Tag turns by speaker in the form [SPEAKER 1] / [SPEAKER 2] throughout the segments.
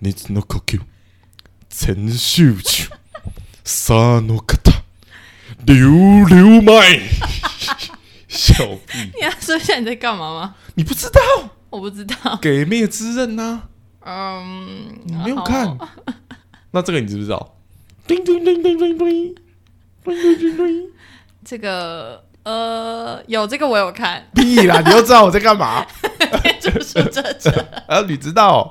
[SPEAKER 1] 熱の呼吸全集中さあの方流流脉小 弟，
[SPEAKER 2] 你要说一下你在干嘛吗？
[SPEAKER 1] 你不知道
[SPEAKER 2] 我不知道
[SPEAKER 1] 《鬼灭之刃》呐，
[SPEAKER 2] 嗯，
[SPEAKER 1] 你没有
[SPEAKER 2] 好
[SPEAKER 1] 看，那这个你知不知道？叮叮叮叮叮叮叮叮叮叮，，
[SPEAKER 2] 这个，呃，有这个我有看
[SPEAKER 1] 屁啦！你又知道我在干嘛？
[SPEAKER 2] 天竺鼠这这，
[SPEAKER 1] 啊，你知道、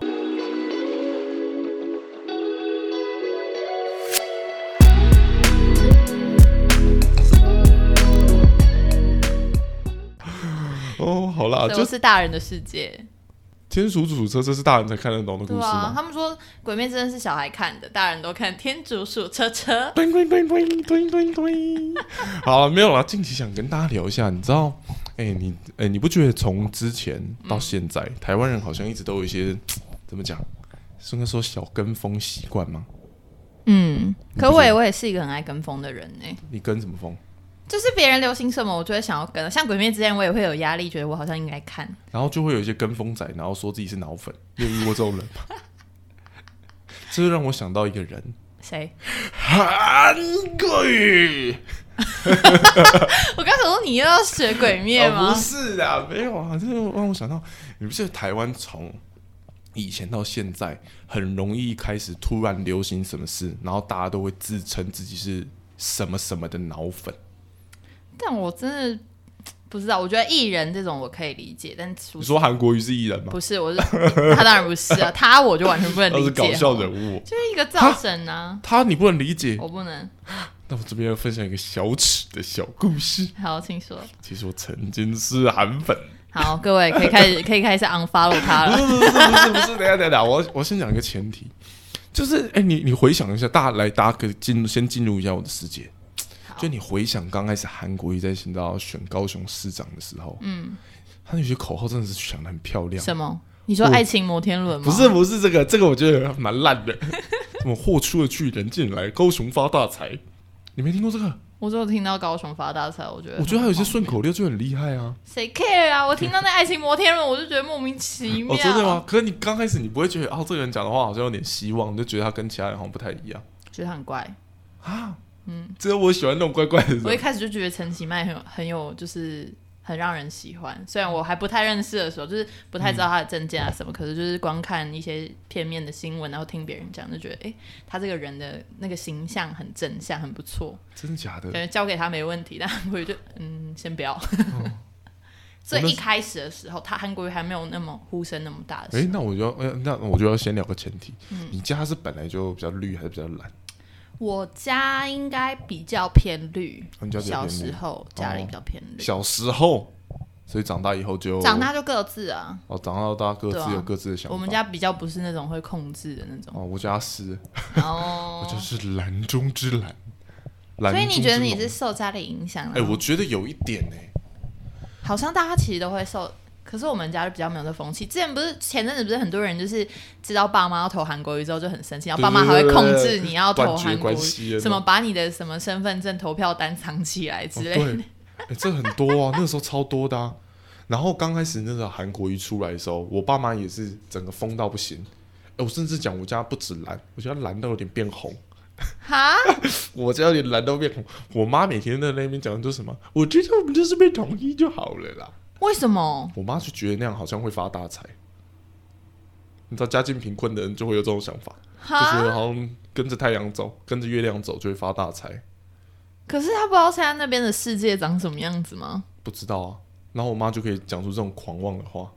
[SPEAKER 1] 哦，好啦，
[SPEAKER 2] 这
[SPEAKER 1] 就
[SPEAKER 2] 不
[SPEAKER 1] 《
[SPEAKER 2] 是大人的世界，
[SPEAKER 1] 天竺鼠车车》是大人才看得懂的故
[SPEAKER 2] 对
[SPEAKER 1] 事
[SPEAKER 2] 啊，
[SPEAKER 1] 吗？
[SPEAKER 2] 他们说《鬼灭之刃》是小孩看的，大人都看《天竺鼠车车》。
[SPEAKER 1] 对对对对对对对，好了，没有啦。近期想跟大家聊一下，你知道，哎、你哎、你不觉得从之前到现在，台湾人好像一直都有一些怎么讲，是应该说小跟风习惯吗？
[SPEAKER 2] 嗯，可
[SPEAKER 1] 不
[SPEAKER 2] 我
[SPEAKER 1] 是
[SPEAKER 2] 也我也是一个很爱跟风的人呢、
[SPEAKER 1] 你跟什么风？
[SPEAKER 2] 就是别人流行什么，我就会想要跟。像《鬼灭之刃》，我也会有压力，觉得我好像应该看。
[SPEAKER 1] 然后就会有一些跟风仔，然后说自己是脑粉，你有遇过这种人 吗？这就让我想到一个人，
[SPEAKER 2] 谁？
[SPEAKER 1] 韩国语
[SPEAKER 2] 我刚想说你又要学《鬼灭》
[SPEAKER 1] 哦，
[SPEAKER 2] 吗
[SPEAKER 1] 不？是啊，没有啊，这就让我想到，你不是台湾从以前到现在，很容易开始突然流行什么事，然后大家都会自称自己是什么什么的脑粉。
[SPEAKER 2] 但我真的不知道。我觉得艺人这种我可以理解，但
[SPEAKER 1] 你
[SPEAKER 2] 不是
[SPEAKER 1] 说韩国瑜是艺人吗？
[SPEAKER 2] 不是，我是 他当然不是 啊，他我就完全不能
[SPEAKER 1] 他
[SPEAKER 2] 理
[SPEAKER 1] 是
[SPEAKER 2] 解。哦
[SPEAKER 1] 搞笑人物，
[SPEAKER 2] 就是一个造神啊，
[SPEAKER 1] 他你不能理解。
[SPEAKER 2] 我不能。
[SPEAKER 1] 那我这边要分享一个小尺的小故事。
[SPEAKER 2] 好，请说。
[SPEAKER 1] 其实我曾经是韩粉，
[SPEAKER 2] 好，各位可以开始 可以开始 unfollow 他
[SPEAKER 1] 不
[SPEAKER 2] 了。
[SPEAKER 1] 是不是不是不是，等一下等一下，我我先讲一个前提，就是哎、你你回想一下，大家来，大家可以进入先进入一下我的世界。
[SPEAKER 2] 好
[SPEAKER 1] 就你回想刚开始韩国瑜在你知道选高雄市长的时候，
[SPEAKER 2] 嗯，
[SPEAKER 1] 他有些口号真的是想的很漂亮。
[SPEAKER 2] 什么？你说
[SPEAKER 1] 我
[SPEAKER 2] 爱情摩天轮吗？
[SPEAKER 1] 不是不是这个这个，我觉得蛮烂的。 什么货出了去，人进来，高雄发大财。你没听过这个？
[SPEAKER 2] 我只有听到高雄发大财，我觉得
[SPEAKER 1] 我觉得他有些
[SPEAKER 2] 很
[SPEAKER 1] 顺口溜就很厉害啊。
[SPEAKER 2] 谁 care 啊？我听到那爱情摩天轮，我就觉得莫名其妙。
[SPEAKER 1] 哦，真的吗？？可是你刚开始你不会觉得，哦，这个人讲的话好像有点希望，你就觉得他跟其他人好像不太一样。
[SPEAKER 2] 觉得他很怪。
[SPEAKER 1] 啊，
[SPEAKER 2] 嗯，
[SPEAKER 1] 只有我喜欢那种怪怪的人
[SPEAKER 2] 我一。开始就觉得陈其迈很有很有，就是很让人喜欢。虽然我还不太认识的时候，就是不太知道他的证件啊什么，可是就是光看一些片面的新闻，然后听别人讲，就觉得诶，他这个人的那个形象很正向，很不错，
[SPEAKER 1] 真的假的
[SPEAKER 2] 感？觉交给他没问题。但韩国瑜就 嗯，先不要。
[SPEAKER 1] 我
[SPEAKER 2] 所以
[SPEAKER 1] 那
[SPEAKER 2] 一开始的时候，他韩国瑜还没有那么呼声那么大的
[SPEAKER 1] 哎、
[SPEAKER 2] 时候，
[SPEAKER 1] 那我就要，呃那我就要先聊个前提，
[SPEAKER 2] 嗯
[SPEAKER 1] 你家是本来就比较绿还是比较蓝？
[SPEAKER 2] 我家应该比较偏绿，
[SPEAKER 1] 哦你家比较
[SPEAKER 2] 小
[SPEAKER 1] 偏绿哦
[SPEAKER 2] 时候家里比较偏绿，
[SPEAKER 1] 小时候，所以长大以后就
[SPEAKER 2] 长大就各自啊。
[SPEAKER 1] 哦，长大到大家各
[SPEAKER 2] 对啊
[SPEAKER 1] 自有各自的想法。
[SPEAKER 2] 我们家比较不是那种会控制的那种，
[SPEAKER 1] 哦，我家是，
[SPEAKER 2] 然
[SPEAKER 1] 我
[SPEAKER 2] 后
[SPEAKER 1] 家是蓝中之蓝。蓝
[SPEAKER 2] 哦所以你觉
[SPEAKER 1] 中
[SPEAKER 2] 得
[SPEAKER 1] 之
[SPEAKER 2] 你
[SPEAKER 1] 龙
[SPEAKER 2] 是？受家里影响
[SPEAKER 1] 哎、
[SPEAKER 2] 的吗？
[SPEAKER 1] 我觉得有一点哎、
[SPEAKER 2] 好像大家其实都会受，可是我们家就比较没有这风气。之前不是前阵子不是很多人就是知道爸妈要投韩国瑜之后就很生气，然后
[SPEAKER 1] 对
[SPEAKER 2] 爸妈还
[SPEAKER 1] 对
[SPEAKER 2] 会
[SPEAKER 1] 对
[SPEAKER 2] 控
[SPEAKER 1] 哦对
[SPEAKER 2] 制你要投
[SPEAKER 1] 断
[SPEAKER 2] 韩
[SPEAKER 1] 绝
[SPEAKER 2] 国
[SPEAKER 1] 关
[SPEAKER 2] 瑜，
[SPEAKER 1] 系了
[SPEAKER 2] 什么把你的什么身份证、投票单藏起来之类
[SPEAKER 1] 哦、
[SPEAKER 2] 的。
[SPEAKER 1] 对，哎、这很多啊，那 个时候超多的、啊。然后刚开始那个韩国一出来的时候，我爸妈也是整个疯到不行。哎，我甚至讲我家不止蓝，我家蓝到有点变红，
[SPEAKER 2] 哈，
[SPEAKER 1] 我家有点蓝到变红。我妈每天在那边讲的就是什么，我觉得我们就是被统一就好了啦。
[SPEAKER 2] 为什么？
[SPEAKER 1] 我妈就觉得那样好像会发大财。你知道家境贫困的人就会有这种想法，就觉
[SPEAKER 2] 哈
[SPEAKER 1] 得，好像跟着太阳走，跟着月亮走就会发大财。
[SPEAKER 2] 可是他不知道现在那边的世界长什么样子吗？
[SPEAKER 1] 不知道啊，然后我妈就可以讲出这种狂妄的话。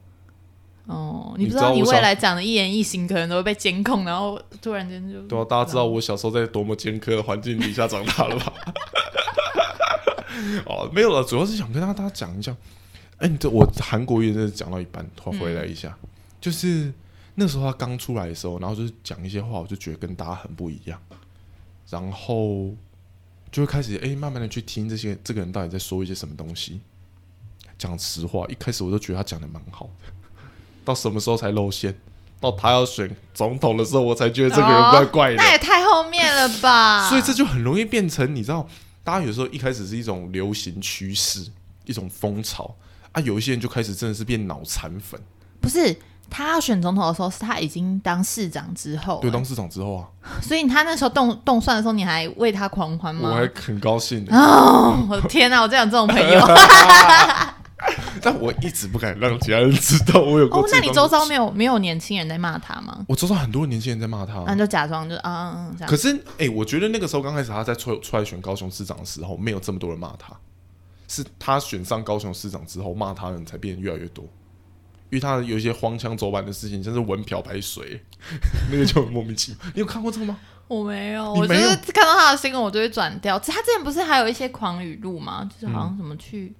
[SPEAKER 2] 哦，你
[SPEAKER 1] 你
[SPEAKER 2] 不知
[SPEAKER 1] 知道
[SPEAKER 2] 道你
[SPEAKER 1] 我
[SPEAKER 2] 未
[SPEAKER 1] 想
[SPEAKER 2] 来讲的一言一行可能都会被监控，然后突然间就
[SPEAKER 1] 对啊，大家知道我小时候在多么尖刻的环境底下长大了吧？ 哦，没有了，主要是想跟大家讲一下。哎、你这我韩国语真的讲到一半，突然回来一下，就是那时候他刚出来的时候，然后就是讲一些话，我就觉得跟大家很不一样，然后就会开始哎、慢慢的去听这些这个人到底在说一些什么东西。讲实话，一开始我都觉得他讲的蛮好的，到什么时候才露馅？到他要选总统的时候，我才 觉得这个人
[SPEAKER 2] 哦
[SPEAKER 1] 怪怪的。
[SPEAKER 2] 那也太后面了 吧？
[SPEAKER 1] 所以这就很容易变成，你知道，大家有时候一开始是一种流行趋势，一种风潮啊，有一些人就开始真的是变脑残粉，
[SPEAKER 2] 不是他要选总统的时候，是他已经当市长之后
[SPEAKER 1] 对，
[SPEAKER 2] 了，
[SPEAKER 1] 当市长之后啊，
[SPEAKER 2] 所以他那时候动动算的时候，你还为他狂欢
[SPEAKER 1] 我
[SPEAKER 2] 吗？
[SPEAKER 1] 还很高兴的，
[SPEAKER 2] 哦，我的天哪、我真的有这种朋友
[SPEAKER 1] 但我一直不敢让其他人知道 我有过
[SPEAKER 2] 哦。
[SPEAKER 1] 这
[SPEAKER 2] 那
[SPEAKER 1] 段。
[SPEAKER 2] 你周遭没有没有年轻人在骂他吗？
[SPEAKER 1] 我周遭很多年轻人在骂他，
[SPEAKER 2] 然后就假装就啊嗯嗯这样
[SPEAKER 1] 哦可。是，哎、我觉得那个时候刚开始他在出出来选高雄市长的时候，没有这么多人骂他，是他选上高雄市长之后，骂他的人才变得越来越多。因为他有一些荒腔走板的事情，像是文漂白水， 那个就很莫名其妙。你有看过这个吗？
[SPEAKER 2] 我没有，
[SPEAKER 1] 你
[SPEAKER 2] 我就
[SPEAKER 1] 没有
[SPEAKER 2] 是看到他的新闻我就会转掉。他之前不是还有一些狂语录吗？就是好像什么去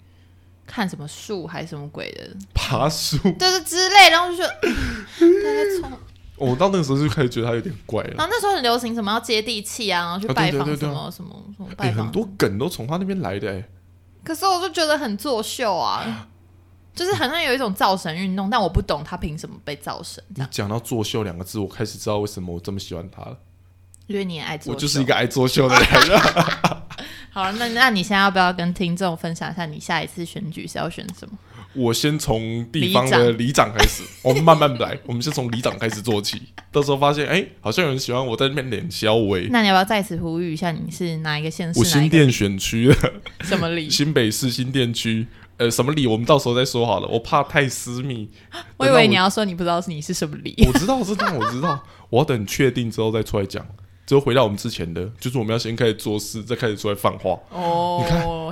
[SPEAKER 2] 看什么树还是什么鬼的，
[SPEAKER 1] 爬树，
[SPEAKER 2] 就是之类，然后就觉得 他在冲。
[SPEAKER 1] 我到那个时候就开始觉得他有点怪了。
[SPEAKER 2] 然后那时候很流行什么要接地气啊，然后去
[SPEAKER 1] 啊啊对
[SPEAKER 2] 拜
[SPEAKER 1] 对
[SPEAKER 2] 访
[SPEAKER 1] 对
[SPEAKER 2] 什
[SPEAKER 1] 对啊
[SPEAKER 2] 么什么什么
[SPEAKER 1] 哎、
[SPEAKER 2] 拜访
[SPEAKER 1] 很多梗都从他那边来的、哎，
[SPEAKER 2] 可是我就觉得很作秀啊， 就是好像有一种造神运动，但我不懂他凭什么被造神这
[SPEAKER 1] 你
[SPEAKER 2] 样，
[SPEAKER 1] 讲到作秀两个字，我开始知道为什么我这么喜欢他了。
[SPEAKER 2] 因为你也爱作秀。
[SPEAKER 1] 我就是一个爱作秀的人。
[SPEAKER 2] 好了，那那你现在要不要跟听众分享一下你下一次选举是要选什么？
[SPEAKER 1] 我先从地方的里长开始，我们慢慢来。我们先从里长开始做 起，到时候发现，哎、好像有人喜欢我在那边脸消微。
[SPEAKER 2] 那你要不要再次呼吁一下，你是哪一个县市？
[SPEAKER 1] 我
[SPEAKER 2] 哪
[SPEAKER 1] 新
[SPEAKER 2] 一个
[SPEAKER 1] 店选区，
[SPEAKER 2] 什么里？
[SPEAKER 1] 新北市新店区，呃，什么里我们到时候再说好了，我怕太私密。
[SPEAKER 2] 我以
[SPEAKER 1] 等到
[SPEAKER 2] 为你要说你不知道你是什么里。
[SPEAKER 1] 我知道，我知道，我知道，我要等确定之后再出来讲。之后回到我们之前的，就是我们要先开始做事，再开始出来放话。
[SPEAKER 2] 哦，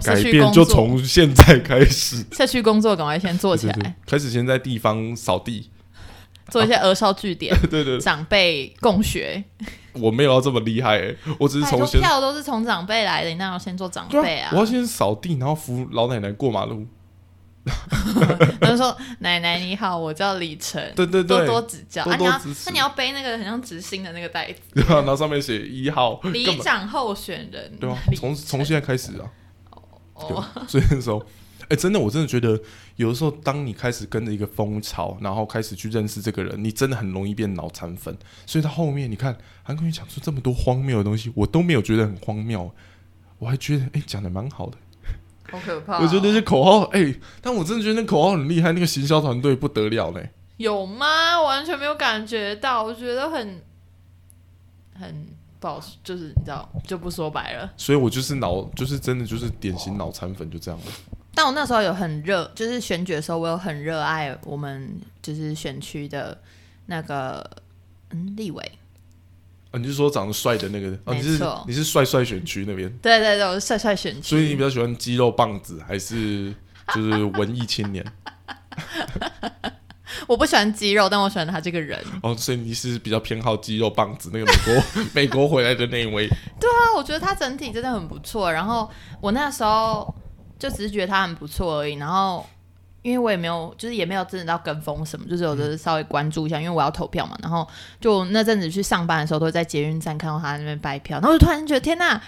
[SPEAKER 2] 社
[SPEAKER 1] 改
[SPEAKER 2] 区
[SPEAKER 1] 变
[SPEAKER 2] 工
[SPEAKER 1] 就
[SPEAKER 2] 作，
[SPEAKER 1] 从现在开始，
[SPEAKER 2] 社区工作赶快先做起
[SPEAKER 1] 对对
[SPEAKER 2] 来
[SPEAKER 1] 对，，开始先在地方扫地。
[SPEAKER 2] 做一些儿少据点，
[SPEAKER 1] 对对，
[SPEAKER 2] 长辈共学。
[SPEAKER 1] 我没有要这么厉害、欸，我只是
[SPEAKER 2] 拜托
[SPEAKER 1] 从先
[SPEAKER 2] 票都是从长辈来的，你那要先做长辈
[SPEAKER 1] 对
[SPEAKER 2] 啊
[SPEAKER 1] 我。要先扫地，然后扶老奶奶过马路。
[SPEAKER 2] 他就说：“奶奶你好，我叫李晨，
[SPEAKER 1] 对对对，
[SPEAKER 2] 呃多多指教。
[SPEAKER 1] 多多
[SPEAKER 2] 啊、你
[SPEAKER 1] 指
[SPEAKER 2] 要
[SPEAKER 1] 使
[SPEAKER 2] 那你要背那个很像执行的那个袋子，
[SPEAKER 1] 对啊，然后上面写一号，
[SPEAKER 2] 里
[SPEAKER 1] 根本
[SPEAKER 2] 长候选人。
[SPEAKER 1] 对啊，
[SPEAKER 2] 李
[SPEAKER 1] 从
[SPEAKER 2] 晨
[SPEAKER 1] 从啊现在开始啊，
[SPEAKER 2] 哦，
[SPEAKER 1] 所以那时候，哎、真的，我真的觉得，有的时候，当你开始跟着一个风潮，然后开始去认识这个人，你真的很容易变脑残粉。所以到后面，你看韩国瑜讲出这么多荒谬的东西，我都没有觉得很荒谬， 我还觉得哎讲的蛮好的。
[SPEAKER 2] 好可怕哦、
[SPEAKER 1] 我觉得那些口号，哎、但我真的觉得那口号很厉害，那个行销团队不得了嘞、
[SPEAKER 2] 有吗？完全没有感觉到，我觉得很很不好，就是你知道，就不说白了。
[SPEAKER 1] 所以我就是脑，就是真的就是典型脑残粉，就这样了。
[SPEAKER 2] 但我那时候有很热，就是选举的时候，我有很热爱我们就是选区的那个嗯立委。
[SPEAKER 1] 啊，你是说长得帅的那个？啊，
[SPEAKER 2] 没
[SPEAKER 1] 你是
[SPEAKER 2] 错
[SPEAKER 1] 你是帅帅选区那边，
[SPEAKER 2] 对对对，我是帅帅选区，
[SPEAKER 1] 所以你比较喜欢肌肉棒子还是就是文艺青年？
[SPEAKER 2] 我不喜欢肌肉，但我喜欢他这个人。
[SPEAKER 1] 哦，所以你是比较偏好肌肉棒子那个美 国美国回来的那一位。
[SPEAKER 2] 啊，我觉得他整体真的很不错。然后我那时候就只是觉得他很不错而已。然后因为我也没有，就是也没有真的到跟风什么，就是我就是稍微关注一下，因为我要投票嘛。然后就那阵子去上班的时候，都会在捷运站看到他在那边拜票，然后我就突然觉得天呐，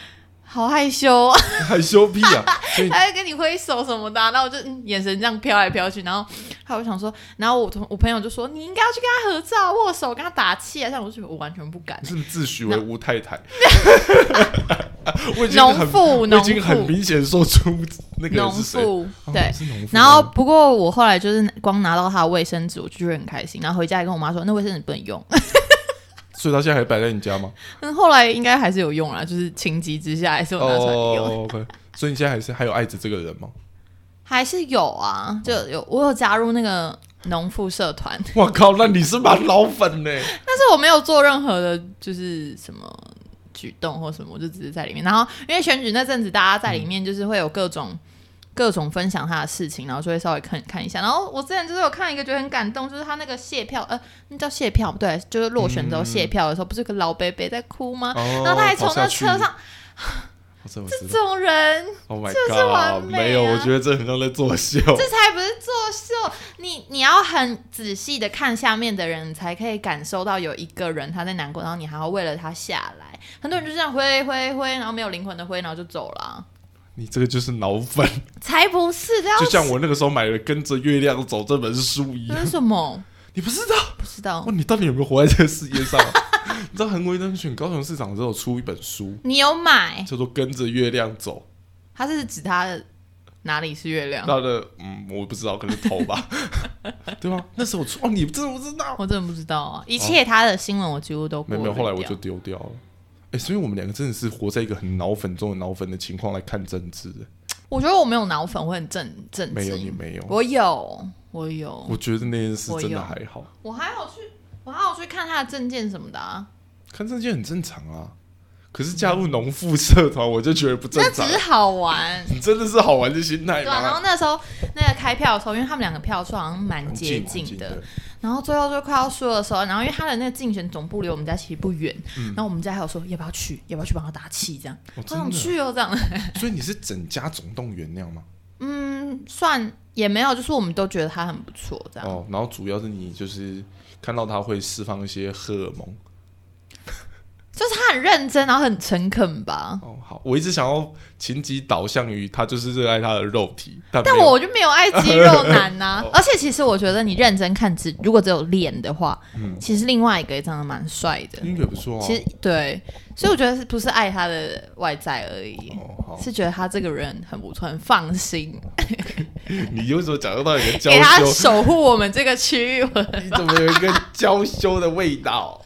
[SPEAKER 2] 好害 羞啊！
[SPEAKER 1] 害羞屁啊！所以
[SPEAKER 2] 他会跟你挥手什么的啊、然后我就、嗯眼神这样飘来飘去，然后还有我想说，然后我同我朋友就说你应该要去跟他合照、握手、跟他打气啊，像我就觉得我完全不敢
[SPEAKER 1] 你，是不是自诩为吴太太？我已经
[SPEAKER 2] 农
[SPEAKER 1] 很
[SPEAKER 2] 妇，
[SPEAKER 1] 我已
[SPEAKER 2] 农
[SPEAKER 1] 经很
[SPEAKER 2] 妇，
[SPEAKER 1] 明显说出那个人
[SPEAKER 2] 农
[SPEAKER 1] 是谁。
[SPEAKER 2] 妇
[SPEAKER 1] 哦，
[SPEAKER 2] 对。
[SPEAKER 1] 是农妇。
[SPEAKER 2] 然后，不过我后来就是光拿到他的卫生纸，我就觉得很开心。然后回家还跟我妈说，那卫生纸不能用。
[SPEAKER 1] 所以他现在还摆在你家吗？
[SPEAKER 2] 但后来应该还是有用啦，就是情急之下还是有拿出来用，
[SPEAKER 1] 哦，OK。所以你现在还是还有爱着这个人吗？
[SPEAKER 2] 还是有啊，就有我有加入那个农妇社团，
[SPEAKER 1] 我靠，那你是蛮老粉呢、
[SPEAKER 2] 但是我没有做任何的，就是什么举动或什么，我就只是在里面。然后因为选举那阵子，大家在里面就是会有各种。各种分享他的事情，然后就会稍微看看一下。然后我之前就是有看一个，觉得很感动，就是他那个谢票，呃，那叫谢票，对，就是落选之后谢票的时候，不是有个老伯伯在哭吗？
[SPEAKER 1] 嗯哦，
[SPEAKER 2] 然后他还从
[SPEAKER 1] 跑下
[SPEAKER 2] 那
[SPEAKER 1] 去
[SPEAKER 2] 车上，
[SPEAKER 1] 我真的
[SPEAKER 2] 这
[SPEAKER 1] 知道
[SPEAKER 2] 种人，
[SPEAKER 1] ，Oh my
[SPEAKER 2] 是完
[SPEAKER 1] god，
[SPEAKER 2] 美啊
[SPEAKER 1] 没有，我觉得这很像在作秀。
[SPEAKER 2] 这才不是作秀。你你要很仔细的看下面的人，你才可以感受到有一个人他在难过，然后你还要为了他下来。很多人就这样挥挥挥，然后没有灵魂的挥，然后就走了啊。
[SPEAKER 1] 你这个就是脑粉，
[SPEAKER 2] 才不是，这要
[SPEAKER 1] 就像我那个时候买了《跟着月亮走》这本书一
[SPEAKER 2] 这
[SPEAKER 1] 样
[SPEAKER 2] 是。什么？
[SPEAKER 1] 你不知道，
[SPEAKER 2] 不知道
[SPEAKER 1] 哇，。你到底有没有活在这个世界上啊、 你知道韩国瑜当选高雄市长之后出一本书，
[SPEAKER 2] 你有买？
[SPEAKER 1] 叫做《跟着月亮走
[SPEAKER 2] 他是指他的哪里是月亮？
[SPEAKER 1] 他的嗯，我不知道，可能头吧， 对吧？那时候我出哦，你真的不知道？
[SPEAKER 2] 我真的不知道啊，一切他的新闻我几乎都
[SPEAKER 1] 哦没有
[SPEAKER 2] 过
[SPEAKER 1] 没有，
[SPEAKER 2] 滤
[SPEAKER 1] 后来我
[SPEAKER 2] 掉
[SPEAKER 1] 就丢掉了。哎、所以我们两个真的是活在一个很脑粉中的脑粉的情况来看政治、哎
[SPEAKER 2] 我觉得我没有脑粉，我很正正
[SPEAKER 1] 没有你
[SPEAKER 2] 经。
[SPEAKER 1] 没有，
[SPEAKER 2] 嗯我有，我有，
[SPEAKER 1] 我觉得那件事
[SPEAKER 2] 我
[SPEAKER 1] 真的
[SPEAKER 2] 有
[SPEAKER 1] 还好，
[SPEAKER 2] 我还有去，我还有去看他的证件什么的啊。
[SPEAKER 1] 看政见很正常啊。可是加入农妇社团，我就觉得不正
[SPEAKER 2] 那只
[SPEAKER 1] 常。
[SPEAKER 2] 是好玩，
[SPEAKER 1] 你真的是好玩的心态
[SPEAKER 2] 对啊。然
[SPEAKER 1] 吗
[SPEAKER 2] 后？那时候那个开票的时候，因为他们两个票数好像蛮
[SPEAKER 1] 很
[SPEAKER 2] 接
[SPEAKER 1] 近很
[SPEAKER 2] 近的
[SPEAKER 1] 的，，
[SPEAKER 2] 然后最后就快要输的时候，然后因为他的那个竞选总部离我们家其实不远，然后我们家还有说要不要去，要不要去帮他打气这样，
[SPEAKER 1] 嗯哦，
[SPEAKER 2] 好
[SPEAKER 1] 真
[SPEAKER 2] 想
[SPEAKER 1] 的。
[SPEAKER 2] 去哦这样，
[SPEAKER 1] 所以你是整家总动员那样吗？
[SPEAKER 2] 嗯，算也没有，就是我们都觉得他很不错这样，
[SPEAKER 1] 哦，然后主要是你就是看到他会释放一些荷尔蒙。
[SPEAKER 2] 就是他很认真，然后很诚恳吧。
[SPEAKER 1] 哦，好，我一直想要情急导向于他就是热爱他的肉体，但
[SPEAKER 2] 但
[SPEAKER 1] 啊没有
[SPEAKER 2] 我就没有爱肌肉 男呐、
[SPEAKER 1] 哦
[SPEAKER 2] 而且其实我觉得你认真看只如果只有脸的话，
[SPEAKER 1] 嗯
[SPEAKER 2] 其实另外一个也长得蛮帅的，
[SPEAKER 1] 音乐不错啊。
[SPEAKER 2] 其实对，所以我觉得是不是爱他的外在而已，
[SPEAKER 1] 哦，好，
[SPEAKER 2] 是觉得他这个人很不错，很放心，
[SPEAKER 1] 你有什么讲到一个娇
[SPEAKER 2] 给他
[SPEAKER 1] 羞？
[SPEAKER 2] 守护我们这个区域。 我
[SPEAKER 1] 你怎么有一个娇羞的味 道？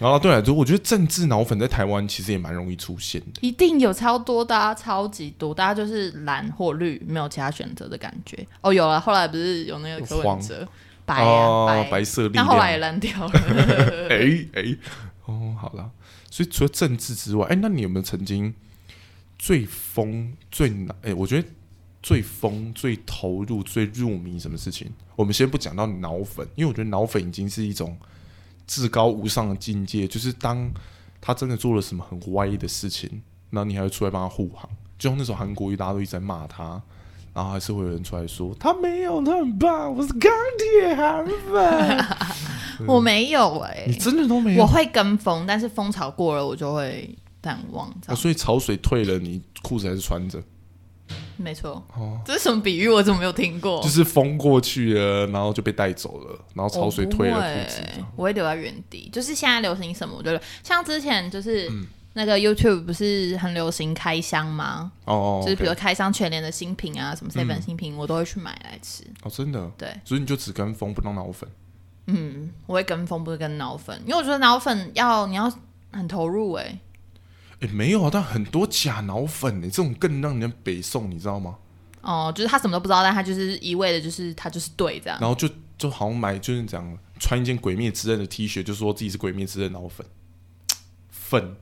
[SPEAKER 1] 然啊后对了，就我觉得政治脑粉在台湾其实也蛮容易出现的。
[SPEAKER 2] 一定有超多的、啊，超级多，大家就是蓝或绿，没有其他选择的感觉。哦，有了，后来不是有那个柯文哲白啊
[SPEAKER 1] 哦
[SPEAKER 2] 白，
[SPEAKER 1] 白色力
[SPEAKER 2] 但
[SPEAKER 1] 量。
[SPEAKER 2] 后来也烂掉了。
[SPEAKER 1] 哎哎，哦，好啦。所以除了政治之外，哎、那你有没有曾经最疯、最难？哎、我觉得最疯、最投入、最入迷什么事情？我们先不讲到脑粉，因为我觉得脑粉已经是一种至高无上的境界，就是当他真的做了什么很歪的事情，那你还会出来帮他护航。就像那时候韩国瑜，大家都一直在骂他。然后还是会有人出来说他没有，他很棒，我是钢铁韩粉。
[SPEAKER 2] 我没有哎、
[SPEAKER 1] 你真的都没有？
[SPEAKER 2] 我会跟风，但是风潮过了，我就会淡忘。这
[SPEAKER 1] 啊，
[SPEAKER 2] 样、
[SPEAKER 1] 所以潮水退了，你裤子还是穿着，
[SPEAKER 2] 没错，
[SPEAKER 1] 哦
[SPEAKER 2] 这是什么比喻？我怎么没有听过？
[SPEAKER 1] 就是风过去了，然后就被带走了，然后潮水退了
[SPEAKER 2] 我哦不
[SPEAKER 1] 裤子。
[SPEAKER 2] 会，我会留在原地。就是现在流行什么，我觉得像之前就是。
[SPEAKER 1] 嗯
[SPEAKER 2] 那个 YouTube 不是很流行开箱吗
[SPEAKER 1] 哦，
[SPEAKER 2] 就是比如
[SPEAKER 1] OK 嗯
[SPEAKER 2] 开箱全联的新品啊，什么 seven 新品，我都会去买来吃。
[SPEAKER 1] 哦，真的，
[SPEAKER 2] 对，
[SPEAKER 1] 所以你就只跟风不当脑粉。
[SPEAKER 2] 嗯，我会跟风，不是跟脑粉，因为我觉得脑粉要你要很投入哎、
[SPEAKER 1] 哎，没有啊，但很多假脑粉，你这种更让人家北宋，你知道吗？
[SPEAKER 2] 哦、就是他什么都不知道，但他就是一味的，就是他就是对这样。
[SPEAKER 1] 然后就就好像买就是这样，穿一件《鬼灭之刃》的 T 恤，就说自己是《鬼灭之刃》脑粉，粉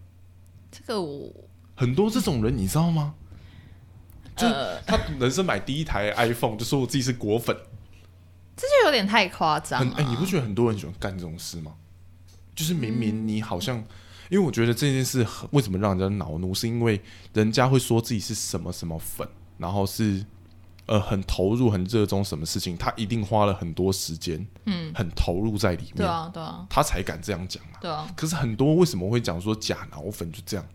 [SPEAKER 2] 这个我
[SPEAKER 1] 很多这种人，你知道吗？就是
[SPEAKER 2] 呃
[SPEAKER 1] 他人生买第一台 iPhone，就说我自己是果粉。
[SPEAKER 2] 这就有点太夸张
[SPEAKER 1] 很
[SPEAKER 2] 了、
[SPEAKER 1] 哎、你不觉得很多人喜欢干这种事吗？就是明明你好像，因为我觉得这件事很为什么让人家恼怒，是因为人家会说自己是什么什么粉，然后是呃很投入、很热衷什么事情，他一定花了很多时间，嗯，很投入在里
[SPEAKER 2] 对
[SPEAKER 1] 面，
[SPEAKER 2] 啊，对啊，
[SPEAKER 1] 他才敢这样讲啊。
[SPEAKER 2] 对啊，
[SPEAKER 1] 可是很多为什么会讲说假脑粉就这样？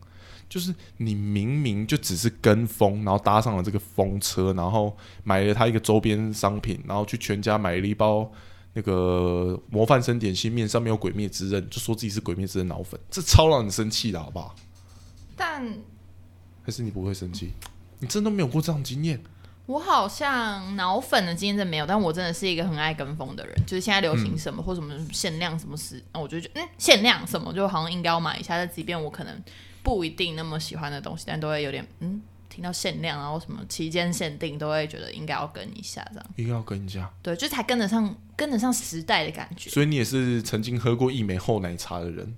[SPEAKER 1] 就是你明明就只是跟风，然后搭上了这个风车，然后买了他一个周边商品，然后去全家买了一包那个模范生点心面，上面有《鬼灭之刃》，就说自己是《鬼灭之刃》脑粉，这超让你生气的好不好？
[SPEAKER 2] 但
[SPEAKER 1] 还是你不会生气？你真的没有过这样的经验？
[SPEAKER 2] 我好像脑粉的经验真没有，但我真的是一个很爱跟风的人，就是现在流
[SPEAKER 1] 嗯
[SPEAKER 2] 行什么、或什么限量什么时，那我就觉得嗯限量什么就好像应该要买一下，但即便我可能不一定那么喜欢的东西，但都会有点嗯听到限量，然后什么期间限定都会觉得应该要跟一下这样，
[SPEAKER 1] 一定要跟人家，
[SPEAKER 2] 对，就才跟得上跟得上时代的感觉，
[SPEAKER 1] 所以你也是曾经喝过一枚厚奶茶的人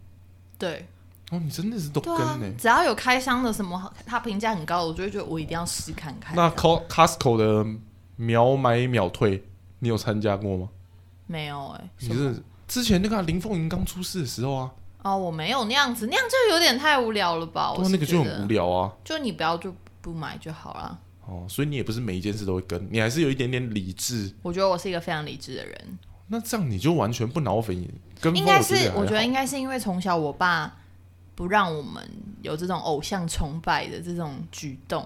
[SPEAKER 2] 对
[SPEAKER 1] 哦，你真的是都
[SPEAKER 2] 对
[SPEAKER 1] 跟
[SPEAKER 2] 啊
[SPEAKER 1] 呢、，
[SPEAKER 2] 只要有开箱的什么，它评价很高，我就会觉得我一定要试看看这
[SPEAKER 1] 那
[SPEAKER 2] 样。
[SPEAKER 1] Co- Costco 的秒买秒退，你有参加过吗？
[SPEAKER 2] 没有哎、
[SPEAKER 1] 你
[SPEAKER 2] 什么
[SPEAKER 1] 是之前那个啊、林凤营刚出事的时候啊，
[SPEAKER 2] 哦，我没有那样子，那样就有点太无聊了吧？哦我
[SPEAKER 1] 对啊，
[SPEAKER 2] 是
[SPEAKER 1] 那个就
[SPEAKER 2] 觉得
[SPEAKER 1] 很无聊啊。
[SPEAKER 2] 就你不要就不买就好啊了。
[SPEAKER 1] 哦，所以你也不是每一件事都会跟，你还是有一点点理智。
[SPEAKER 2] 我觉得我是一个非常理智的人，
[SPEAKER 1] 那这样你就完全不脑粉，跟风
[SPEAKER 2] 应
[SPEAKER 1] 我
[SPEAKER 2] 该
[SPEAKER 1] 觉得也
[SPEAKER 2] 是
[SPEAKER 1] 还好
[SPEAKER 2] 我觉得应该是因为从小我爸不让我们有这种偶像崇拜的这种举动。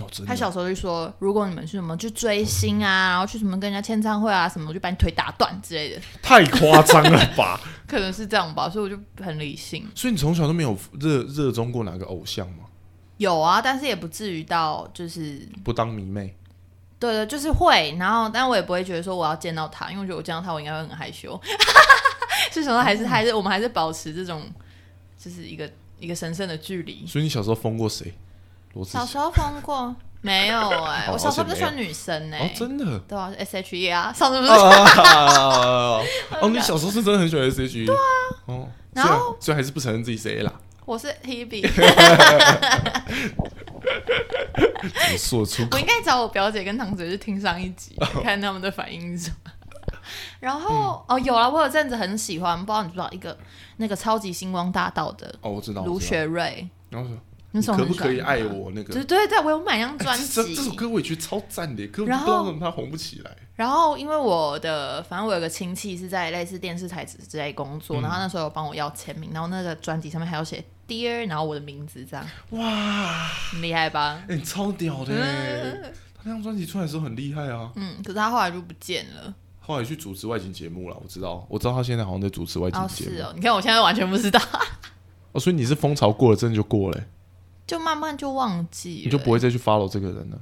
[SPEAKER 1] 哦，真
[SPEAKER 2] 他
[SPEAKER 1] 的
[SPEAKER 2] 小时候就说，如果你们去什么去追星啊，然后去什么跟人家签唱会啊什么，我就把你腿打断之类的，
[SPEAKER 1] 太夸张了吧？
[SPEAKER 2] 可能是这样吧。所以我就很理性。
[SPEAKER 1] 所以你从小都没有热热衷过哪个偶像吗？
[SPEAKER 2] 有啊，但是也不至于到就是
[SPEAKER 1] 不当迷妹。
[SPEAKER 2] 对对，就是会，然后但我也不会觉得说我要见到他，因为我觉得我见到他我应该会很害羞， 所以想说还是、
[SPEAKER 1] 哦
[SPEAKER 2] 还是我们还是保持这种就是一个一个神圣的距离。
[SPEAKER 1] 所以你小时候封过谁？罗志
[SPEAKER 2] 小
[SPEAKER 1] 祥
[SPEAKER 2] 时候疯过 没有哎、
[SPEAKER 1] 哦
[SPEAKER 2] 我小时候
[SPEAKER 1] 而且
[SPEAKER 2] 不是
[SPEAKER 1] 没有
[SPEAKER 2] 算女生哎、
[SPEAKER 1] 哦，真的。
[SPEAKER 2] 对啊，S H E 啊，上次不是、
[SPEAKER 1] 哦，哦，你小时候是真的很喜欢 S H E，对啊，哦，
[SPEAKER 2] 然后
[SPEAKER 1] 所以所以还是不承认自己是 A 啦，
[SPEAKER 2] 我是 Hebe，
[SPEAKER 1] 你说出
[SPEAKER 2] 我
[SPEAKER 1] 口
[SPEAKER 2] 应该找我表姐跟堂姐去听上一集，
[SPEAKER 1] 哦
[SPEAKER 2] 看他们的反应是什 么。然后、
[SPEAKER 1] 嗯
[SPEAKER 2] 哦，有了，我有阵子很喜欢，不知道你知不知道一个那个超级星光大道的
[SPEAKER 1] 哦，我知道，
[SPEAKER 2] 卢
[SPEAKER 1] 我知道，
[SPEAKER 2] 雪瑞，
[SPEAKER 1] 然后说
[SPEAKER 2] 那时候
[SPEAKER 1] 可
[SPEAKER 2] 很
[SPEAKER 1] 不可以
[SPEAKER 2] 喜欢
[SPEAKER 1] 爱
[SPEAKER 2] 她
[SPEAKER 1] 我那个
[SPEAKER 2] 对？对对，我有买一张专
[SPEAKER 1] 哎这这这首
[SPEAKER 2] 辑。
[SPEAKER 1] 歌我也觉得超赞的，可我不知
[SPEAKER 2] 然后
[SPEAKER 1] 道为什么它红不起来。
[SPEAKER 2] 然后因为我的，反正我有个亲戚是在类似电视台之之类工作，
[SPEAKER 1] 嗯
[SPEAKER 2] 然后那时候有帮我要签名，然后那个专辑上面还有写 Dear，然后我的名字这样，
[SPEAKER 1] 哇，
[SPEAKER 2] 很厉害吧？
[SPEAKER 1] 哎，你超屌的
[SPEAKER 2] 嗯，
[SPEAKER 1] 他那张专辑出来的时候很厉害啊。
[SPEAKER 2] 嗯，可是他后来就不见了。
[SPEAKER 1] 后来去主持外景节目了，我知道，我知道他现在好像在主持外景
[SPEAKER 2] 哦，
[SPEAKER 1] 节
[SPEAKER 2] 是
[SPEAKER 1] 目
[SPEAKER 2] 哦，你看我现在完全不知道，
[SPEAKER 1] 哦，所以你是风潮过了，真的就过了，
[SPEAKER 2] 就慢慢就忘记了，
[SPEAKER 1] 你就不会再去 follow 这个人了。